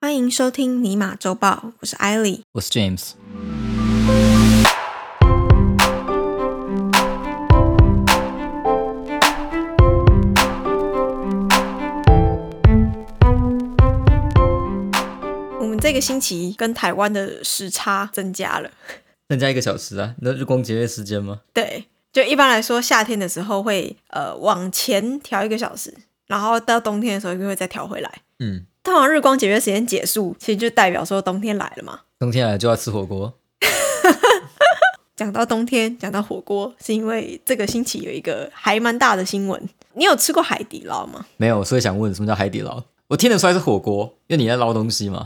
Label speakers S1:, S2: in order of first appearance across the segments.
S1: 欢迎收听尼玛周报，我是艾莉。
S2: 我是 James。
S1: 我们这个星期跟台湾的时差增加了，
S2: 增加一个小时啊？那日光节约时间吗？
S1: 对，就一般来说夏天的时候会呃往前调一个小时，然后到冬天的时候又会再调回来。
S2: 嗯，
S1: 通常日光节约时间结束，其实就代表说冬天来了嘛。
S2: 冬天来就要吃火锅。
S1: 讲到冬天，讲到火锅，是因为这个星期有一个还蛮大的新闻。你有吃过海底捞吗？
S2: 没有，所以想问什么叫海底捞？我听得出来是火锅，因为你在捞东西 嘛。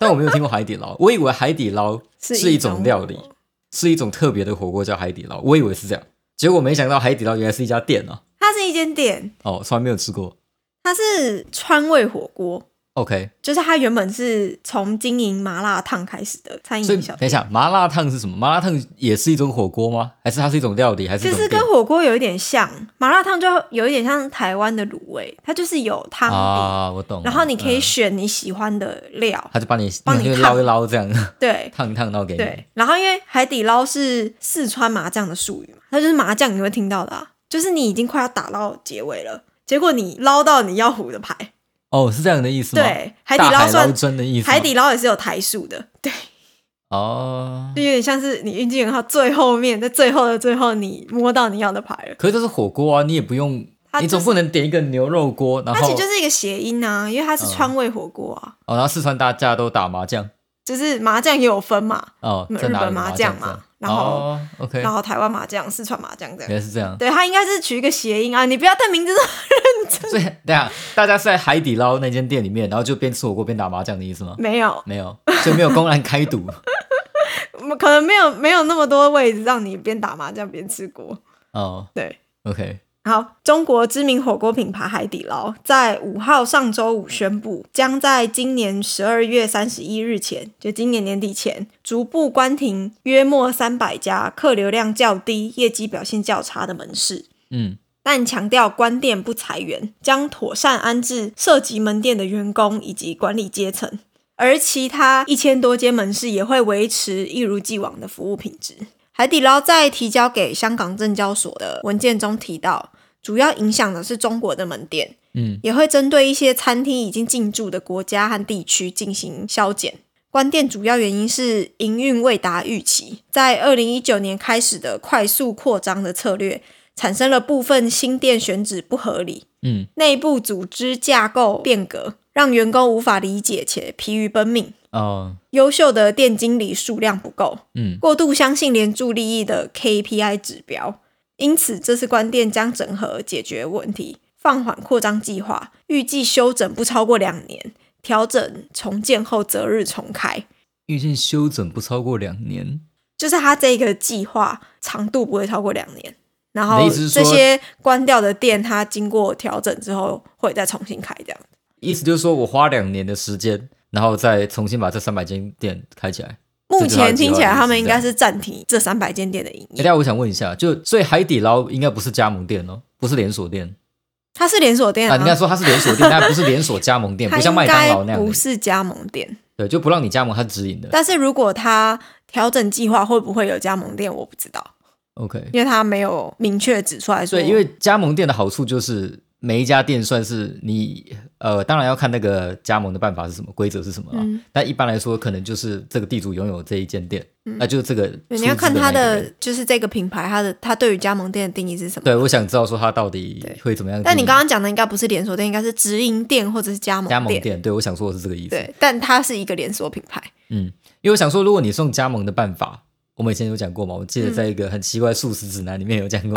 S2: 但我没有听过海底捞，我以为海底捞
S1: 是
S2: 是
S1: 一
S2: 一
S1: 种
S2: 种料理
S1: 火锅，
S2: 是一种特别的火锅叫海底捞，我以为是这样。结果没想到海底捞原来是一家店啊！
S1: 它是一间店，
S2: 哦，从来没有吃过。
S1: 它是川味火锅，
S2: OK，
S1: 就是它原本是从经营麻辣烫开始的餐
S2: 所以
S1: 饮小
S2: 等一下，麻辣烫是什么？麻辣烫也是一种火锅吗？还是它是一种料理？还是一
S1: 其
S2: 种
S1: 实
S2: 店
S1: 跟火锅有一点像，麻辣烫就有一点像台湾的卤味，它就是有汤底，
S2: 啊？我懂了。
S1: 然后你可以
S2: 嗯啊
S1: 选你喜欢的料，
S2: 他就帮你
S1: 帮你
S2: 就
S1: 烫
S2: 捞一捞这样，
S1: 对
S2: 烫一烫，然后给你。
S1: 对。然后因为海底捞是四川麻酱的术语嘛，它就是麻酱你会听到的、啊，就是你已经快要打到结尾了，结果你捞到你要糊的牌，
S2: 哦，是这样的意思吗？
S1: 对，海底
S2: 大
S1: 捞
S2: 海捞
S1: 算
S2: 针的意思吗。
S1: 海底捞也是有台数的，对，
S2: 哦
S1: 就，有点像是你运气很好，最后面在最后的最后你摸到你要的牌了。
S2: 可是这是火锅啊，你也不用，
S1: 它
S2: 你
S1: 就
S2: 总
S1: 是
S2: 不能点一个牛肉锅，然
S1: 它其
S2: 后嗯
S1: 实就是一个谐音啊，因为它是川味火锅啊，
S2: 哦，然后四川大家都打麻将
S1: 就是麻将也有分嘛，
S2: 哦，
S1: 嗯日
S2: 在哪
S1: 本
S2: 里
S1: 麻
S2: 将
S1: 将嘛
S2: 这
S1: 然
S2: 样
S1: 后
S2: 哦，OK，
S1: 然后台湾麻将、四川麻将这样。
S2: 原来是 这样。
S1: 对，它应该是取一个谐音啊，你不要对名字都？
S2: 所以等一下大家是在海底捞那间店里面，然后就边吃火锅边打麻将的意思吗
S1: 没有，
S2: 没有，就没有公然开赌。
S1: 可能没有没有那么多位置让你边打麻将边吃锅。
S2: 哦
S1: 对，
S2: ，OK，
S1: 好，中国知名火锅品牌海底捞在五号上周五宣布，将在今年十二月三十一日前，就今年年底前，逐步关停约莫三百家客流量较低、业绩表现较差的门市。
S2: 嗯，
S1: 但强调关店不裁员，将妥善安置涉及门店的员工以及管理阶层。而其他一千多间门市也会维持一如既往的服务品质。海底捞在提交给香港证交所的文件中提到，主要影响的是中国的门店，
S2: 嗯，
S1: 也会针对一些餐厅已经进驻的国家和地区进行削减。关店主要原因是营运未达预期，在二零一九年开始的快速扩张的策略，产生了部分新店选址不合理，
S2: 嗯，
S1: 内部组织架构变革，让员工无法理解且疲于奔命。
S2: 哦，
S1: 优秀的店经理数量不够，
S2: 嗯，
S1: 过度相信连住利益的 KPI 指标，因此这次关店将整合解决问题，放缓扩张计划，预计休整不超过两年，调整重建后择日重开。
S2: 预计休整不超过两年。
S1: 就是它这个计划长度不会超过两年，然后
S2: 你的意思是
S1: 这
S2: 说
S1: 些关掉的店，它经过调整之后会再重新开这样。
S2: 意思就是说我花两年的时间，然后再重新把这三百间店开起来。
S1: 目
S2: 这就是它
S1: 前
S2: 的计划
S1: 听起来，
S2: 意思
S1: 他们
S2: 是
S1: 应
S2: 这样
S1: 该是暂停这三百间店的营
S2: 哎，
S1: 业。
S2: 但我想问一下，就所以海底捞应该不是加盟店哦，不是连锁店
S1: 它是连锁店啊，
S2: 啊？你刚才说它是连 锁店，但它不是连锁加盟店，
S1: 它
S2: 不像麦当劳那
S1: 应该
S2: 样
S1: 不
S2: 的，
S1: 是加盟店。
S2: 对，就不让你加盟，它是直营的。
S1: 但是如果它调整计划会不会有加盟店，我不知道，
S2: OK，
S1: 因为它没有明确指出来说。
S2: 对，因为加盟店的好处就是每一家店算是你呃，当然要看那个加盟的办法是什么，规则是什么啊。
S1: 嗯
S2: 但一般来说，可能就是这个地主拥有这一间店，那、就是这个
S1: 对你要看
S2: 出资
S1: 它
S2: 那个
S1: 的
S2: 人。
S1: 就是这个品牌，它的它对于加盟店的定义是什么。
S2: 对，我想知道说它到底
S1: 对
S2: 会怎么样定义。
S1: 但你刚刚讲的应该不是连锁店，应该是直营店或者是加盟
S2: 加盟店，对我想说的是这个意
S1: 哦
S2: 思。
S1: 对，但它是一个连锁品牌。
S2: 嗯，因为我想说，如果你送加盟的办法，我们以前有讲过嘛，我记得
S1: 嗯
S2: 在一个很奇怪的素食指南里面有讲 过，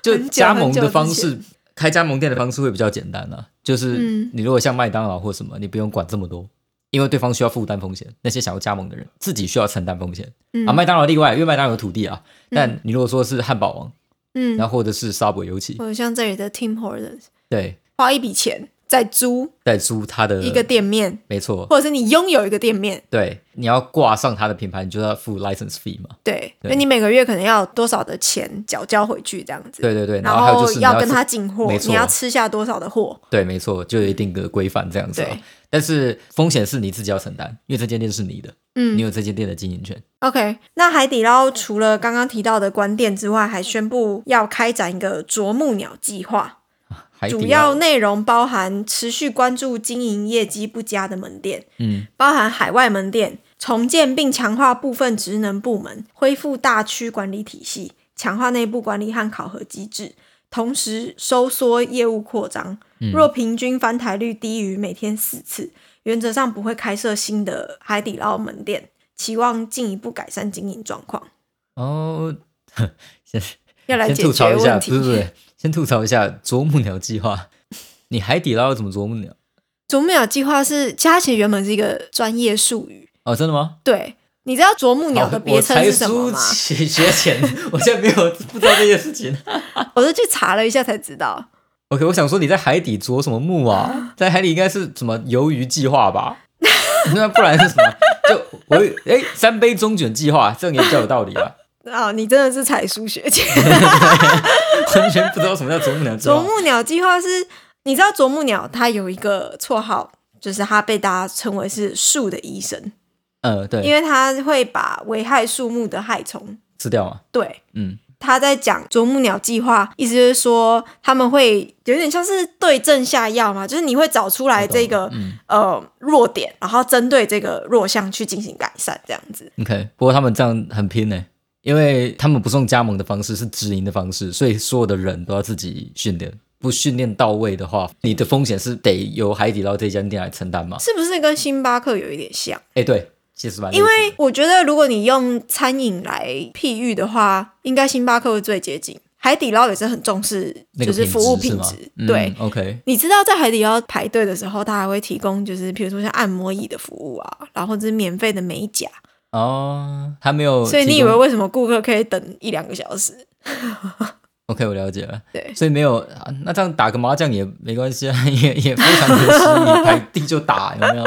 S2: 就
S1: 很久
S2: 加盟的方
S1: 很久
S2: 式，开加盟店的方式会比较简单啊，就是
S1: 嗯
S2: 你如果像麦当劳或什么，你不用管这么多。因为对方需要负担风险，那些想要加盟的人自己需要承担风险、
S1: 嗯
S2: 啊。麦当劳例外，因为麦当劳有土地啊。但你如果说是汉堡王，
S1: 嗯，
S2: 然后或者是 Subway 尤其，
S1: 或者像这里的 Tim Hortons，
S2: 对，
S1: 花一笔钱再租
S2: 再租它的
S1: 一个，店面，
S2: 没错，
S1: 或者是你拥有一个店面，
S2: 对，你要挂上它的品牌，你就要付 license fee 嘛。
S1: 对，
S2: 对
S1: 所以你每个月可能要有多少的钱缴交回去这样子。
S2: 对对对，
S1: 然
S2: 后还有就是你
S1: 要跟
S2: 付
S1: 他进货，
S2: 没错
S1: 你要吃下多少的货？
S2: 对，没错，就有一定的规范这样子、啊
S1: 对。
S2: 但是风险是你自己要承担，因为这间店是你的，
S1: 嗯
S2: 你有这间店的经营权。
S1: OK，那海底捞除了刚刚提到的关店之外，还宣布要开展一个啄木鸟计划，
S2: 海底
S1: 主
S2: 捞
S1: 要内容包含持续关注经营业绩不佳的门店，
S2: 嗯，
S1: 包含海外门店，重建并强化部分职能部门，恢复大区管理体系，强化内部管理和考核机制，同时收缩业务扩张。
S2: 嗯
S1: 若平均翻台率低于每天四次，原则上不会开设新的海底捞门店，期望进一步改善经营状况。
S2: 哦，
S1: 要来
S2: 先
S1: 解
S2: 吐
S1: 决
S2: 槽一下，
S1: 问
S2: 不是不
S1: 题。
S2: 是，先吐槽一下啄木鸟计划。 你海底捞要怎么啄木鸟？
S1: 啄木鸟计划是，其实它其实原本是一个专业术语。
S2: 哦，真的吗？
S1: 对，你知道啄木鸟的
S2: 好
S1: 别称
S2: 我才
S1: 是什么吗？
S2: 疏学学浅，我现在没有不知道这件事情。
S1: 我是去查了一下才知道。
S2: OK，我想说你在海底啄什么木 啊？在海里应该是什么鱿鱼计划吧？ 那不然是什么？就我哎，三杯中卷计划，这样也比较有道理啊。
S1: 啊、你真的是才疏 学 浅。
S2: 完全不知道什么叫啄木鸟计
S1: 啄
S2: 划。
S1: 木鸟计划是，你知道啄木鸟它有一个绰号，就是它被大家称为是树的医生，
S2: 嗯，
S1: 因
S2: 对，
S1: 为它会把危害树木的害虫。
S2: 吃掉嘛。
S1: 对，
S2: 嗯，
S1: 他在讲啄木鸟计划，意思就是说他们会有点像是对症下药嘛，就是你会找出来这个、
S2: 嗯
S1: 呃弱点，然后针对这个弱项去进行改善，这样子。
S2: ，OK。不过他们这样很拼呢、因为他们不是用加盟的方式，是直营的方式，所以所有的人都要自己训练。不训练到位的话，你的风险是得由海底捞这家店来承担嘛？
S1: 是不是跟星巴克有一点像？
S2: 哎，对，其实蛮
S1: 因为
S2: 类似的
S1: 我觉得，如果你用餐饮来譬喻的话，应该星巴克会最接近。海底捞也是很重视，
S2: 那
S1: 就
S2: 个
S1: 是服务
S2: 品
S1: 品
S2: 质是
S1: 质
S2: 吗。嗯
S1: 对，
S2: ，OK，
S1: 你知道在海底捞排队的时候，他还会提供就是比如说像按摩椅的服务啊，然后就是免费的美甲。
S2: 哦，他没有提供，
S1: 所以你以为为什么顾客可以等一两个小时？
S2: OK，我了解了。
S1: 对
S2: 所以没有，啊那这样打个麻将也 没关系啊，也也非常可惜，你排地就打，有没有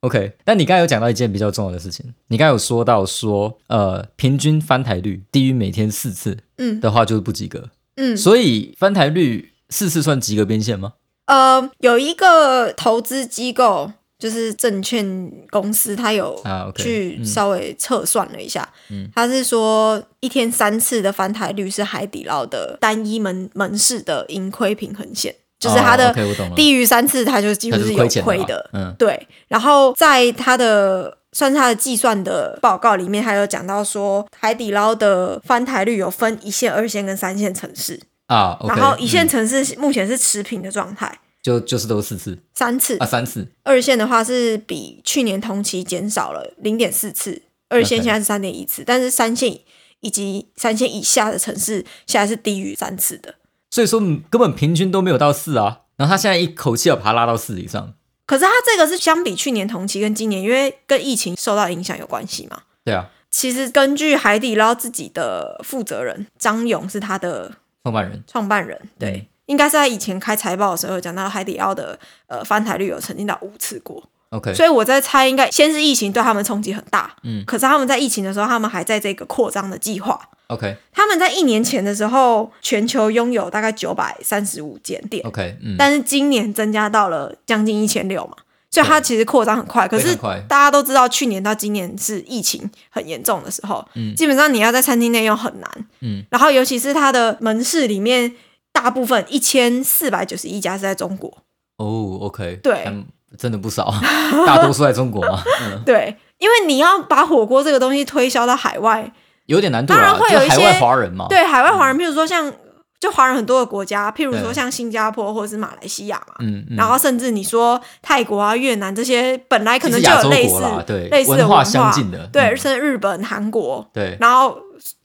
S2: ？OK，那你刚才有讲到一件比较重要的事情，你刚才有说到说，呃，平均翻台率低于每天四次
S1: 嗯
S2: 的话就是不及格，
S1: 嗯，
S2: 所以翻台率四次算及格边线吗？
S1: 呃，有一个投资机构，就是证券公司，它有
S2: 啊，OK，
S1: 去
S2: 嗯
S1: 稍微测算了一下，
S2: 嗯
S1: 它是说一天三次的翻台率是海底捞的单一门门市的盈亏平衡线，就是它
S2: 哦
S1: 的
S2: ，OK，我懂了
S1: 低于三次，它就几乎
S2: 那就是是
S1: 有
S2: 亏钱
S1: 亏
S2: 嘛
S1: 的，
S2: 嗯
S1: 对，然后在他的算是他的计算的报告里面，还有讲到说，海底捞的翻台率有分一线、二线跟三线城市，
S2: 啊，OK，
S1: 然后一线
S2: 嗯
S1: 城市目前是持平的状态，
S2: 就就是都是四次
S1: 三次；
S2: 啊，三次
S1: 二线的话是比去年同期减少了零点四次，二线
S2: OK
S1: 现在是三点一次，但是三线以及三线以下的城市现在是低于三次的。
S2: 所以说嗯根本平均都没有到四啊。然后他现在一口气要把它拉到四以上，
S1: 可是它这个是相比去年同期跟今年，因为跟疫情受到影响有关系嘛。
S2: 对啊，
S1: 其实根据海底捞自己的负责人张勇是他的
S2: 创办人
S1: 创办人，对，
S2: 嗯
S1: 应该是在以前开财报的时候有讲到海底捞的呃翻台率有曾经到五次过，
S2: OK，
S1: 所以我在猜，应该先是疫情对他们冲击很大，
S2: 嗯
S1: 可是他们在疫情的时候，他们还在这个扩张的计划。
S2: OK
S1: 他们在一年前的时候，全球拥有大概九百三十五间店，
S2: OK，嗯，
S1: 但是今年增加到了将近一千六嘛，所以它其实扩张很快。可
S2: 非
S1: 是
S2: 常快
S1: 大家都知道，去年到今年是疫情很严重的时候，
S2: 嗯
S1: 基本上你要在餐厅内用很难。
S2: 嗯，
S1: 然后尤其是它的门市里面，大部分一千四百九十一家是在中国，
S2: 哦，OK，
S1: 对
S2: 嗯，真的不少， 大多数在中国嘛，嗯，
S1: 对，因为你要把火锅这个东西推销到海外，
S2: 有点难度
S1: 当然
S2: 啦，
S1: 会有一
S2: 就海
S1: 些
S2: 外华人嘛，
S1: 对海外华人，譬如说像就华人很多的国家，譬如说
S2: 嗯对
S1: 像新加坡或者是马来西亚嘛，
S2: 嗯，嗯，
S1: 然后甚至你说泰国啊、越南这些本来可能
S2: 其
S1: 就
S2: 实
S1: 有
S2: 亚洲
S1: 类
S2: 国
S1: 似
S2: 啦对
S1: 类似的
S2: 文
S1: 化
S2: 化相近的
S1: 对，
S2: 嗯
S1: 甚至日本、韩国，
S2: 对，
S1: 然后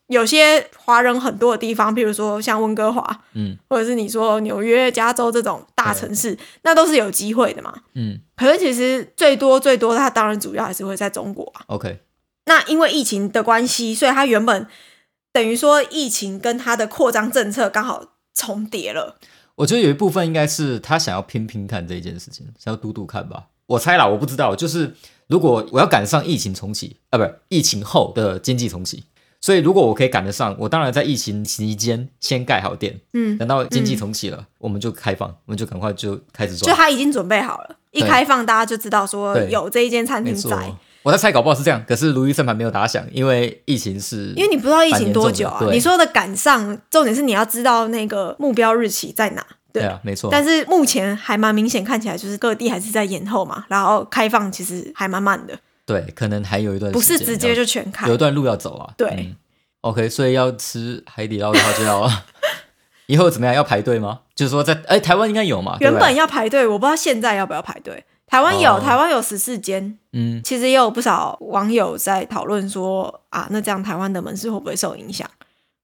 S1: 有些华人很多的地方，譬如说像温哥华，
S2: 嗯
S1: 或者是你说纽约、加州这种大城市，那都是有机会的嘛。
S2: 嗯
S1: 可是其实最多最多，它当然主要还是会在中国啊。
S2: ，OK，
S1: 那因为疫情的关系，所以它原本等于说疫情跟它的扩张政策刚好重叠了。
S2: 我觉得有一部分应该是他想要拼拼看这一件事情，想要赌赌看吧。我猜啦，我不知道，就是如果我要赶上疫情重启啊，不是疫情后的经济重启，所以如果我可以赶得上，我当然在疫情期间先盖好店，
S1: 嗯，
S2: 等到经济重启了，我们就开放，我们就赶快就开始
S1: 就
S2: 装。
S1: 他已经准备好了，一
S2: 对
S1: 开放大家就知道说
S2: 对
S1: 有这一间餐
S2: 没
S1: 厅
S2: 错
S1: 在，，
S2: 我在猜搞不好是这样，可是如意算盘没有打响，因为疫情是
S1: 因为你不知道疫情多久
S2: 蛮
S1: 啊。
S2: 严重的对
S1: 你说的赶上，重点是你要知道那个目标日期在哪。
S2: 对啊，没错，
S1: 但是目前还蛮明显，看起来就是各地还是在延后嘛，然后开放其实还蛮慢的，
S2: 对，可能还有一段
S1: 不是
S2: 时间
S1: 直
S2: 要
S1: 接就全开
S2: 有。一段路要走啊。
S1: 对
S2: 嗯 OK，所以要吃海底捞的话，就要 以后怎么样？要排队吗？就是说在哎，台湾应该有嘛？对
S1: 原
S2: 不对
S1: 本要排队，我不知道现在要不要排队。台湾有，
S2: 哦
S1: 台湾有十四间，
S2: 嗯，
S1: 其实也有不少网友在讨论说啊，那这样台湾的门市会不会受影响？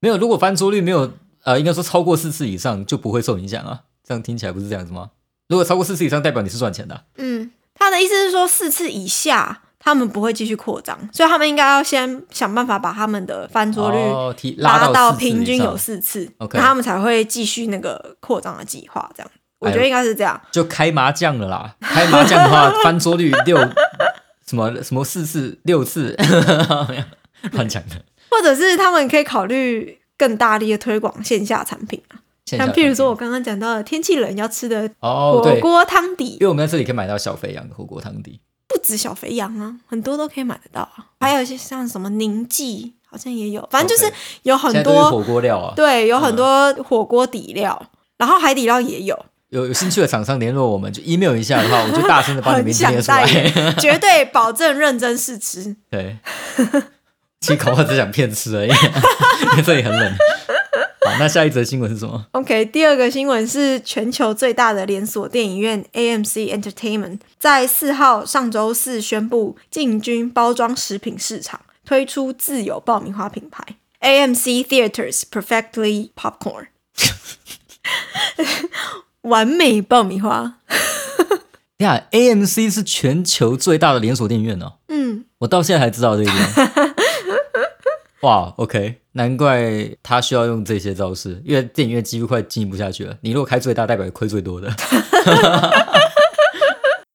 S2: 没有。如果翻桌率没有呃，应该说超过四次以上就不会受影响啊。这样听起来不是这样子吗？如果超过四次以上，代表你是赚钱的啊、
S1: 嗯，他的意思是说四次以下他们不会继续扩张，所以他们应该要先想办法把他们的翻桌率
S2: 哦，提
S1: 拉
S2: 到四次以
S1: 平均有
S2: 上
S1: 四次，那
S2: OK
S1: 他们才会继续那个扩张的计划。这样，
S2: 哎
S1: 我觉得应该是这样。
S2: 就开麻将了啦。开麻将的话，翻桌率六 什么什么四次六次， 乱讲的。
S1: 或者是他们可以考虑更大力的推广线下产品啊，
S2: 线下
S1: 像譬如说我
S2: 餐
S1: 刚刚讲到的天气冷要吃的
S2: 厅哦，
S1: 火
S2: 对，
S1: 锅汤底
S2: 因，为我们在这里可以买到小肥羊的火锅汤底。
S1: 不止小肥羊啊，很多都可以买得到啊。还有一些像什么宁记，好像也有，反正就是
S2: OK
S1: 有
S2: 现在
S1: 很
S2: 都是
S1: 多
S2: 火锅料啊。
S1: 对，有很多火锅底料，然后海底捞也有，
S2: 有有兴趣的厂商联络我们，就 email 一下的话，我就大声的把你
S1: 很
S2: 名字念
S1: 想
S2: 出
S1: 代
S2: 来。
S1: 言， 绝对保证认真试吃。
S2: 对，其实恐怕只想骗吃而已， 因为这里很冷。好，那下一则新闻是什么？
S1: OK，第二个新闻是全球最大的连锁电影院 AMC Entertainment 在四号上周四宣布进军包装食品市场，推出自有爆米花品牌 AMC Theaters Perfectly Popcorn，完美爆米花。
S2: 呀，AMC 是全球最大的连锁电影院哦，
S1: 嗯，
S2: 我到现在还知道这一 点。哇，OK，难怪他需要用这些招式，因为电影院几乎快经营不下去了。你如果开最大，代表亏最多的。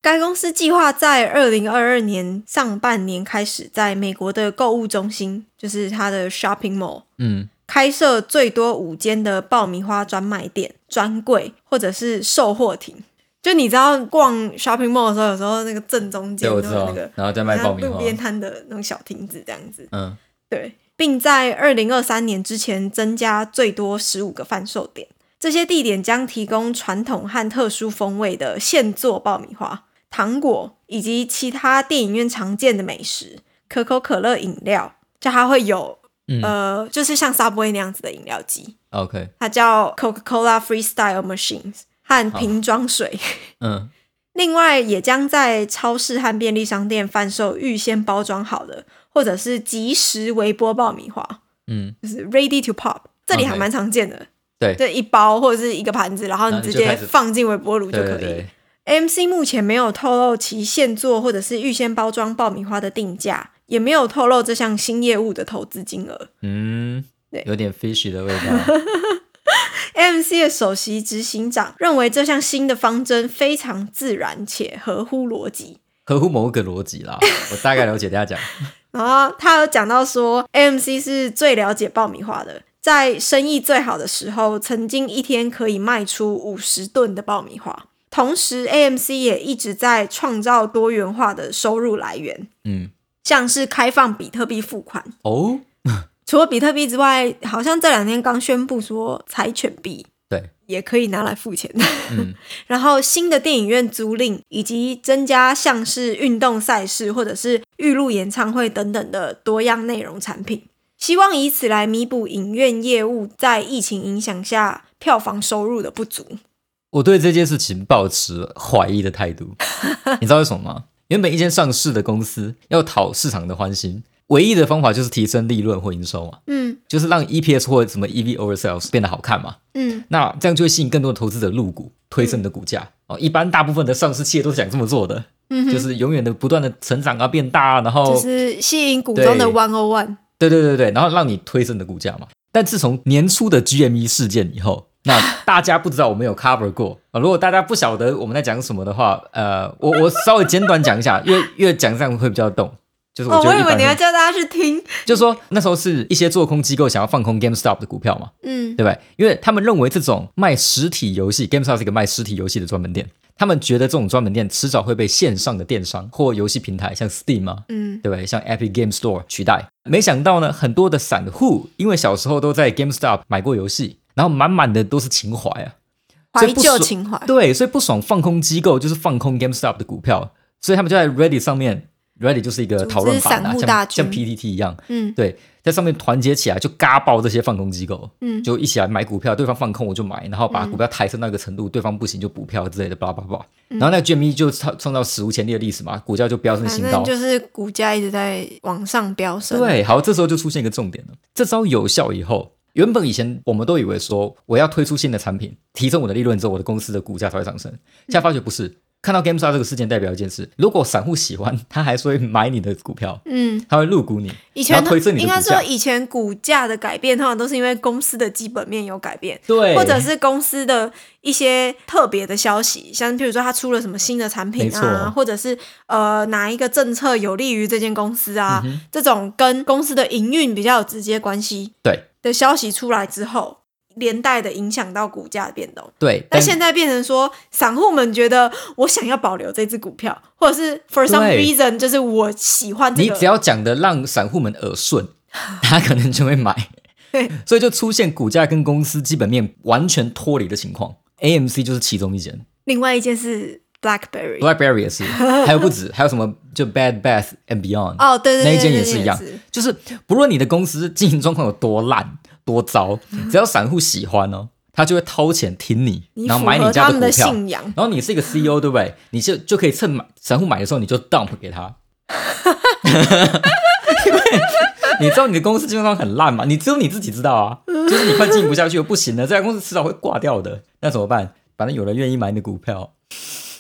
S1: 该公司计划在二零二二年上半年开始，在美国的购物中心，就是它的 shopping mall。
S2: 嗯，
S1: 开设最多五间的爆米花专卖店、专柜或者是售货亭。就你知道逛 shopping mall 的时候，有时候那个正中间
S2: 对，
S1: 都有
S2: 我知
S1: 那
S2: 道
S1: 个，
S2: 然后再卖爆米
S1: 像路
S2: 花。
S1: 边摊的那种小亭子这样子。
S2: 嗯，
S1: 对，并在二零二三年之前增加最多十五个贩售点。这些地点将提供传统和特殊风味的现做爆米花、糖果以及其他电影院常见的美食，可口可乐饮料，就它会有、
S2: 嗯
S1: 呃，就是像 Subway 那样子的饮料机，
S2: 哦 OK，
S1: 它叫 Coca-Cola Freestyle Machines 和瓶装水。
S2: 嗯，
S1: 另外，也将在超市和便利商店贩售预先包装好的，或者是即时微波爆米花，
S2: 嗯，
S1: 就是 ready to pop，这里还
S2: OK
S1: 蛮常见的。
S2: 对
S1: 就一包或者是一个盘子，然后
S2: 然
S1: 你
S2: 后
S1: 直
S2: 你就
S1: 接
S2: 开始
S1: 放进微波炉就
S2: 对
S1: 可以。
S2: 对对，
S1: MC 目前没有透露其现做或者是预先包装爆米花的定价，也没有透露这项新业务的投资金额。
S2: 嗯
S1: 对，
S2: 有点 fishy 的味道。
S1: MC 的首席执行长认为这项新的方针非常自然且合乎逻辑。
S2: 合乎某个逻辑 啦，我大概了解。大家讲，
S1: 然后他有讲到说，AMC 是最了解爆米花的，在生意最好的时候，曾经一天可以卖出五十吨的爆米花。同时，AMC 也一直在创造多元化的收入来源，
S2: 嗯，
S1: 像是开放比特币付款。
S2: 哦，
S1: 除了比特币之外，好像这两天刚宣布说柴犬币
S2: 对，
S1: 也可以拿来付钱。
S2: 嗯
S1: 然后新的电影院租赁，以及增加像是运动赛事或者是预录演唱会等等的多样内容产品，希望以此来弥补影院业务在疫情影响下票房收入的不足。
S2: 我对这件事情抱持怀疑的态 度，你知道为什么吗？原本一间上市的公司要讨市场的欢心，唯一的方法就是提升利润或营收嘛，
S1: 嗯
S2: 就是让 EPS 或者什么 EV over sales 变得好看嘛。
S1: 嗯，
S2: 那这样就会吸引更多的投资者入股，推升你的股价。哦，一般大部分的上市企业都是想这么做的，
S1: 嗯哼
S2: 就是永远的不断的成长啊，变大啊，然后
S1: 就是吸引股东的
S2: 对
S1: one o one。
S2: 对对对对，然后让你推升你的股价嘛。但自从年初的 GME E 事件以后，那大家不知道我们有 cover 过啊、呃如果大家不晓得我们在讲什么的话，呃，我我稍微简短讲一下， 越越讲这样会比较懂。就是我
S1: 哦，
S2: 觉
S1: 我
S2: 得一
S1: 以
S2: 般
S1: 为
S2: 人、
S1: 你要叫大家去听，
S2: 就是说那时候是一些做空机构想要放空 GameStop 的股票嘛，
S1: 嗯，
S2: 对不对？因为他们认为这种卖实体游戏，GameStop 是一个卖实体游戏的专门店，他们觉得这种专门店迟早会被线上的电商或游戏平台，像 Steam 啊，
S1: 嗯，
S2: 对不对？像 Epic Game Store 取代。没想到呢，很多的散户因为小时候都在 GameStop 买过游戏，然后满满的都是情怀啊，所
S1: 怀
S2: 以不
S1: 旧
S2: 爽
S1: 情怀，
S2: 对，所以不爽放空机构就是放空 GameStop 的股票，所以他们就在 Reddit 上面，Reddit 就是一个
S1: 组织
S2: 讨论版
S1: 散
S2: 啊，
S1: 户大
S2: 像
S1: 军
S2: 像 PTT 一样，
S1: 嗯
S2: 对，在上面团结起来就嘎爆这些放空机构，
S1: 嗯
S2: 就一起来买股票，对方放空我就买，然后把股票抬升到一个
S1: 嗯
S2: 程度，对方不行就补票之类的，巴拉巴拉巴拉。然后那个 GME 就创创造史无前例的历史嘛，股价就飙升
S1: 反
S2: 新高
S1: 正。就是股价一直在往上飙升，，
S2: 对，好，这时候就出现一个重点了。这招有效以后，原本以前我们都以为说我要推出新的产品，提升我的利润之后，我的公司的股价才会上升。
S1: 嗯
S2: 现在发觉不是，看到 GameStop 这个事件代表一件事：如果散户喜欢，他还是会买你的股票，
S1: 嗯，
S2: 他会入股你，
S1: 以前
S2: 然后推升你
S1: 应
S2: 的
S1: 该
S2: 股
S1: 说
S2: 价。
S1: 以前股价的改变，通常都是因为公司的基本面有改变，
S2: 对，
S1: 或者是公司的一些特别的消息，像譬如说它出了什么新的产
S2: 没
S1: 品
S2: 错
S1: 啊，或者是呃哪一个政策有利于这间公司啊，
S2: 嗯
S1: 这种跟公司的营运比较有直接关系
S2: 对
S1: 的消息出来之后，连带的影响到股价的变动。
S2: 对，
S1: 但
S2: 但
S1: 现在变成说，散户们觉得我想要保留这只股票，或者是 for some
S2: 对
S1: reason，就是我喜欢这
S2: 你
S1: 个。
S2: 只要讲的让散户们 耳顺，他可能就会买。
S1: 对，
S2: 所以就出现股价跟公司基本面完全脱离的情况。AMC 就是其中一间。
S1: 另外一件是 BlackBerry，
S2: BlackBerry 也是，还有不止，还有什么就 Bad Bath and Beyond，、
S1: 哦，对对对，
S2: 那一间
S1: 对
S2: 也是一样
S1: 对对
S2: 就是不论你的公司经营状况有多烂多 糟，只要散户喜欢哦，他就会掏钱挺你，
S1: 你
S2: 然后
S1: 符
S2: 买你
S1: 合
S2: 家
S1: 他
S2: 股
S1: 们的
S2: 票。
S1: 信仰，
S2: 然后你是一个 CEO，对不对？你就就可以趁买散户买的时候，你就 dump 给他， 因为你知道你的公司经营状况很烂嘛，你只有你自己知道啊，就是你快经营不下去了，不行了，这家公司迟早会挂掉的，那怎么办？反正有人愿意买你的股票，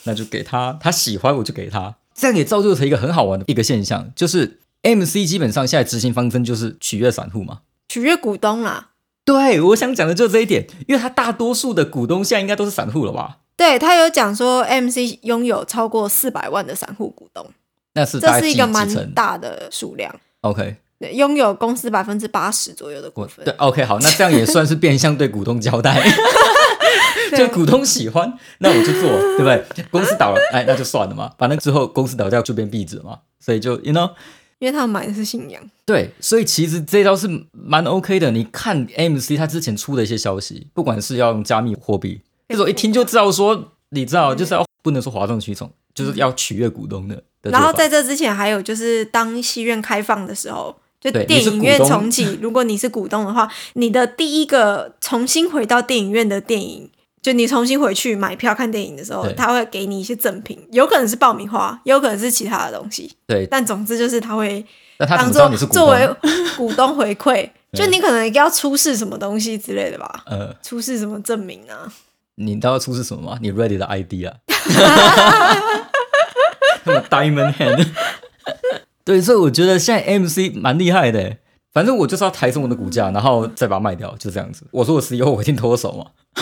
S2: 那就给他，他喜欢我就给他，这样也造就成一个很好玩的一个现象，就是 MC 基本上现在执行方针就是取悦散户嘛。
S1: 取悦股东啦。
S2: 对，我想讲的就是这一点，因为他大多数的股东现在应该都是散户了吧？
S1: 对他有讲说，MC 拥有超过四百万的散户股东，
S2: 那是
S1: 这
S2: 大概
S1: 是一
S2: 几
S1: 个
S2: 几
S1: 蛮
S2: 成
S1: 大的数量，
S2: ？OK，
S1: 对拥有公司百分之八十左右的股
S2: 我
S1: 份。
S2: 对，OK，好，那这样也算是变相对股东 交代， 就股东喜欢，那我就做，对不对？公司倒了，哎，那就算了嘛，反正之后公司倒掉就变壁纸嘛，所以就 you know，
S1: 因为他们买的是信仰。
S2: 对，所以其实这招是蛮 OK 的。你看 MC 他之前出的一些消息，不管是要用加密货币，这种一听就知道说，你知道就是要不能说哗众取宠，就是要取悦股东的。的
S1: 然后
S2: 做法
S1: 在这之前，还有就是当戏院开放的时候，就
S2: 对
S1: 电
S2: 你是股
S1: 影院
S2: 东
S1: 重 启，如果你是股东的话，你的第一个重新回到电影院的电影。就你重新回去买票看电影的时候
S2: 对，
S1: 他会给你一些赠品，有可能是爆米花，也有可能是其他的东西，
S2: 对，
S1: 但总之就是他会
S2: 那他
S1: 当
S2: 怎么知道
S1: 做
S2: 你是股
S1: 作为
S2: 东？
S1: 股东回馈， 就
S2: 对
S1: 你可能要出示什么东西之类的吧，
S2: 呃，
S1: 出示什么证明啊？
S2: 你知道出示什么吗？你 Ready 的 ID 啊，那么 Diamond Hand。对，所以我觉得现在 MC 蛮厉害的。反正我就是要抬升我的股价，然后再把它卖掉，就这样子。我说我 CEO，我一定脱手嘛，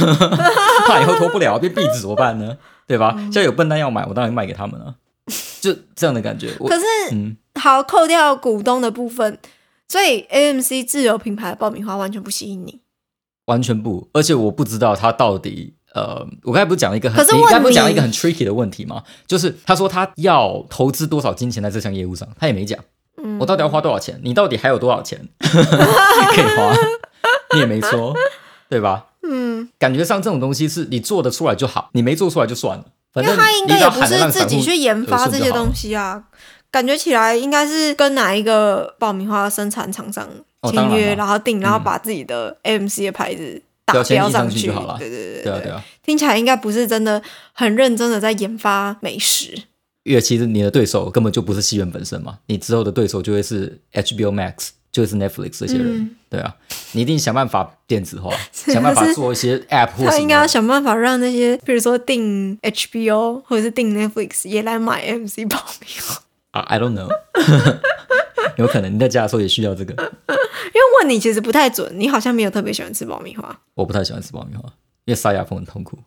S2: 怕以后脱不了变壁纸怎么办呢？对吧？现在有笨蛋要买，我当然卖给他们了，就这样的感觉。我
S1: 可是
S2: 嗯，
S1: 好，扣掉股东的部分，所以 AMC 自有品牌的爆米花完全不吸引你。
S2: 完全不，而且我不知道他到底。呃，我刚才不是讲了一个很，
S1: 可是
S2: 你刚才
S1: 问
S2: 不是讲了
S1: 你
S2: 一个很 tricky 的问题吗？就是他说他要投资多少金钱在这项业务上，他也没讲。
S1: 嗯，
S2: 我到底要花多少钱？你到底还有多少 钱可以花？你也没说，对吧？
S1: 嗯，
S2: 感觉上这种东西是你做得出来就好，你没做出来就算了。反
S1: 因为
S2: 正
S1: 他应该
S2: 你只
S1: 也
S2: 要
S1: 不
S2: 喊得
S1: 是
S2: 让
S1: 自
S2: 散
S1: 己
S2: 户
S1: 去研发这些东西啊，感觉起来应该是跟哪一个爆米花生产厂商
S2: 哦当
S1: 签
S2: 然
S1: 约，
S2: 了
S1: 然后定，然后
S2: 嗯
S1: 把自己的 AMC 的牌子打
S2: 标签
S1: 标
S2: 印
S1: 上
S2: 上去就好了
S1: 对对对
S2: 对啊对啊。
S1: 听起来应该不是真的很认真的在研发美食。
S2: 因为其实你的对手根本就不是戏院本身嘛，你之后的对手就会是 HBO Max，就会是 Netflix 这些人，
S1: 嗯
S2: 对啊，你一定想办法电 子化，想办法做一些 App 或
S1: 他
S2: 什
S1: 应
S2: 么
S1: 该要
S2: 的。
S1: 想办法让那些，比如说订 HBO 或者是订 Netflix 也来买 MC 爆米花。
S2: 啊，I don't know，有可能你在家的时候也需要这个。
S1: 因为问你其实不太准，你好像没有特别喜欢吃爆米花。
S2: 我不太喜欢吃爆米花，因为塞牙缝 很痛苦。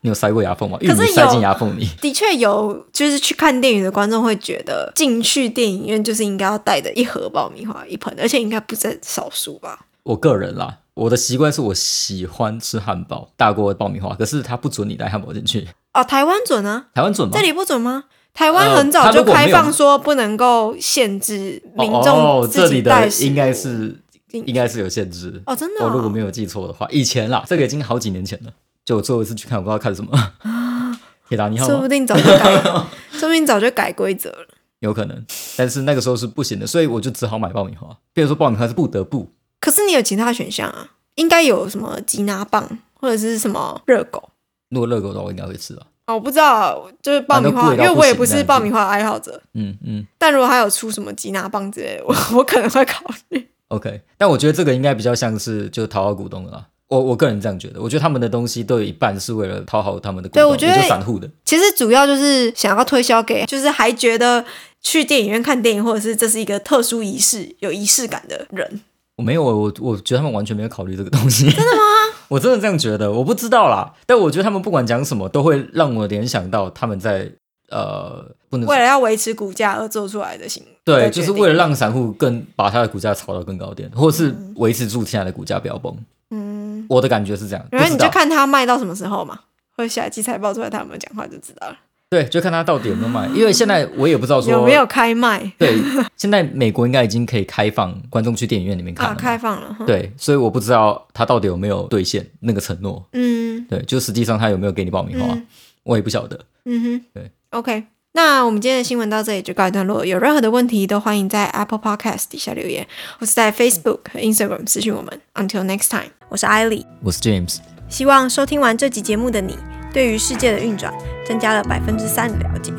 S2: 你有塞过牙缝吗？玉
S1: 可是
S2: 米塞进
S1: 有
S2: 牙缝里，
S1: 的确有，就是去看电影的观众会觉得，进去电影院就是应该要带的一盒爆米花一盆，而且应该不在少数吧。
S2: 我个人啦，我的习惯是我喜欢吃汉堡大过爆米花，可是他不准你带汉堡进去。
S1: 哦，台湾准啊，
S2: 台湾准吗？
S1: 这里不准吗？台湾很
S2: 呃
S1: 早
S2: 他
S1: 就
S2: 如果没
S1: 开
S2: 有
S1: 放说不能够限制民
S2: 哦
S1: 众
S2: 哦，这
S1: 自
S2: 里
S1: 己
S2: 的
S1: 带食物
S2: 应该是
S1: 进
S2: 应该是有限制。
S1: 哦，真的哦、
S2: 我如果没有记错的话，以前啦，这个已经好几年前了。就我最后一次去看，我不知道看什么。 铁达尼号
S1: 说
S2: 吗
S1: 不？定早就改 了，说不定早就改规则了。
S2: 有可能，但是那个时候是不行的，所以我就只好买爆米花。比如说爆米花是不得不，
S1: 可是你有其他选项啊，应该有什么吉拿棒或者是什么热狗
S2: 如果热狗的话，我应该会吃啊吧。
S1: 哦，我不知道，就是爆米
S2: 啊那
S1: 花，
S2: 贵
S1: 因
S2: 到
S1: 为我也不
S2: 不
S1: 是
S2: 行
S1: 爆米花爱好者。
S2: 嗯嗯
S1: 但如果他有出什么吉拿棒之类的，我 我可能会考虑。
S2: ，OK。但我觉得这个应该比较像是就讨好股东了啦。我我个人这样觉得，我觉得他们的东西都有一半是为了讨好他们的股
S1: 对
S2: 东，
S1: 我觉得
S2: 也就是散户的。
S1: 其实主要就是想要推销给，就是还觉得去电影院看电影，或者是这是一个特殊仪式、有仪式感的人。
S2: 我没有，我我觉得他们完全没有考虑这个东西。真的吗？ 我真的这样觉得，我不知道啦。但我觉得他们不管讲什么，都会让我联想到他们在呃，不能说
S1: 为了要维持股价而做出来的行为，
S2: 对，
S1: 的
S2: 就
S1: 决
S2: 是
S1: 定
S2: 为了让散户更把它的股价炒到更高点，或者是维持住现在的股价不要崩。
S1: 嗯，
S2: 我的感觉是这样，
S1: 然后
S2: 不
S1: 你
S2: 知道
S1: 就看他卖到什么时候嘛，或者下一季财报出来他有没有讲话就知道了，
S2: 对，就看它到底有没有卖，因为现在我也不知道说
S1: 有没有开卖
S2: 对，现在美国应该已经可以开放观众去电影院里面看
S1: 啊？
S2: 了嘛，
S1: 开放了，哼
S2: 对，所以我不知道它到底有没有兑现那个承诺，
S1: 嗯
S2: 对，就实际上它有没有给你爆米花，
S1: 嗯
S2: 我也不晓得。
S1: 嗯哼，
S2: 对
S1: ，OK。那我们今天的新闻到这里就告一段落，有任何的问题都欢迎在 Apple Podcast 底下留言，或是在 Facebook 和 Instagram 私讯我们。Until next time，我是艾莉。
S2: 我是 James，
S1: 希望收听完这集节目的你，对于世界的运转增加了百分之三的了解。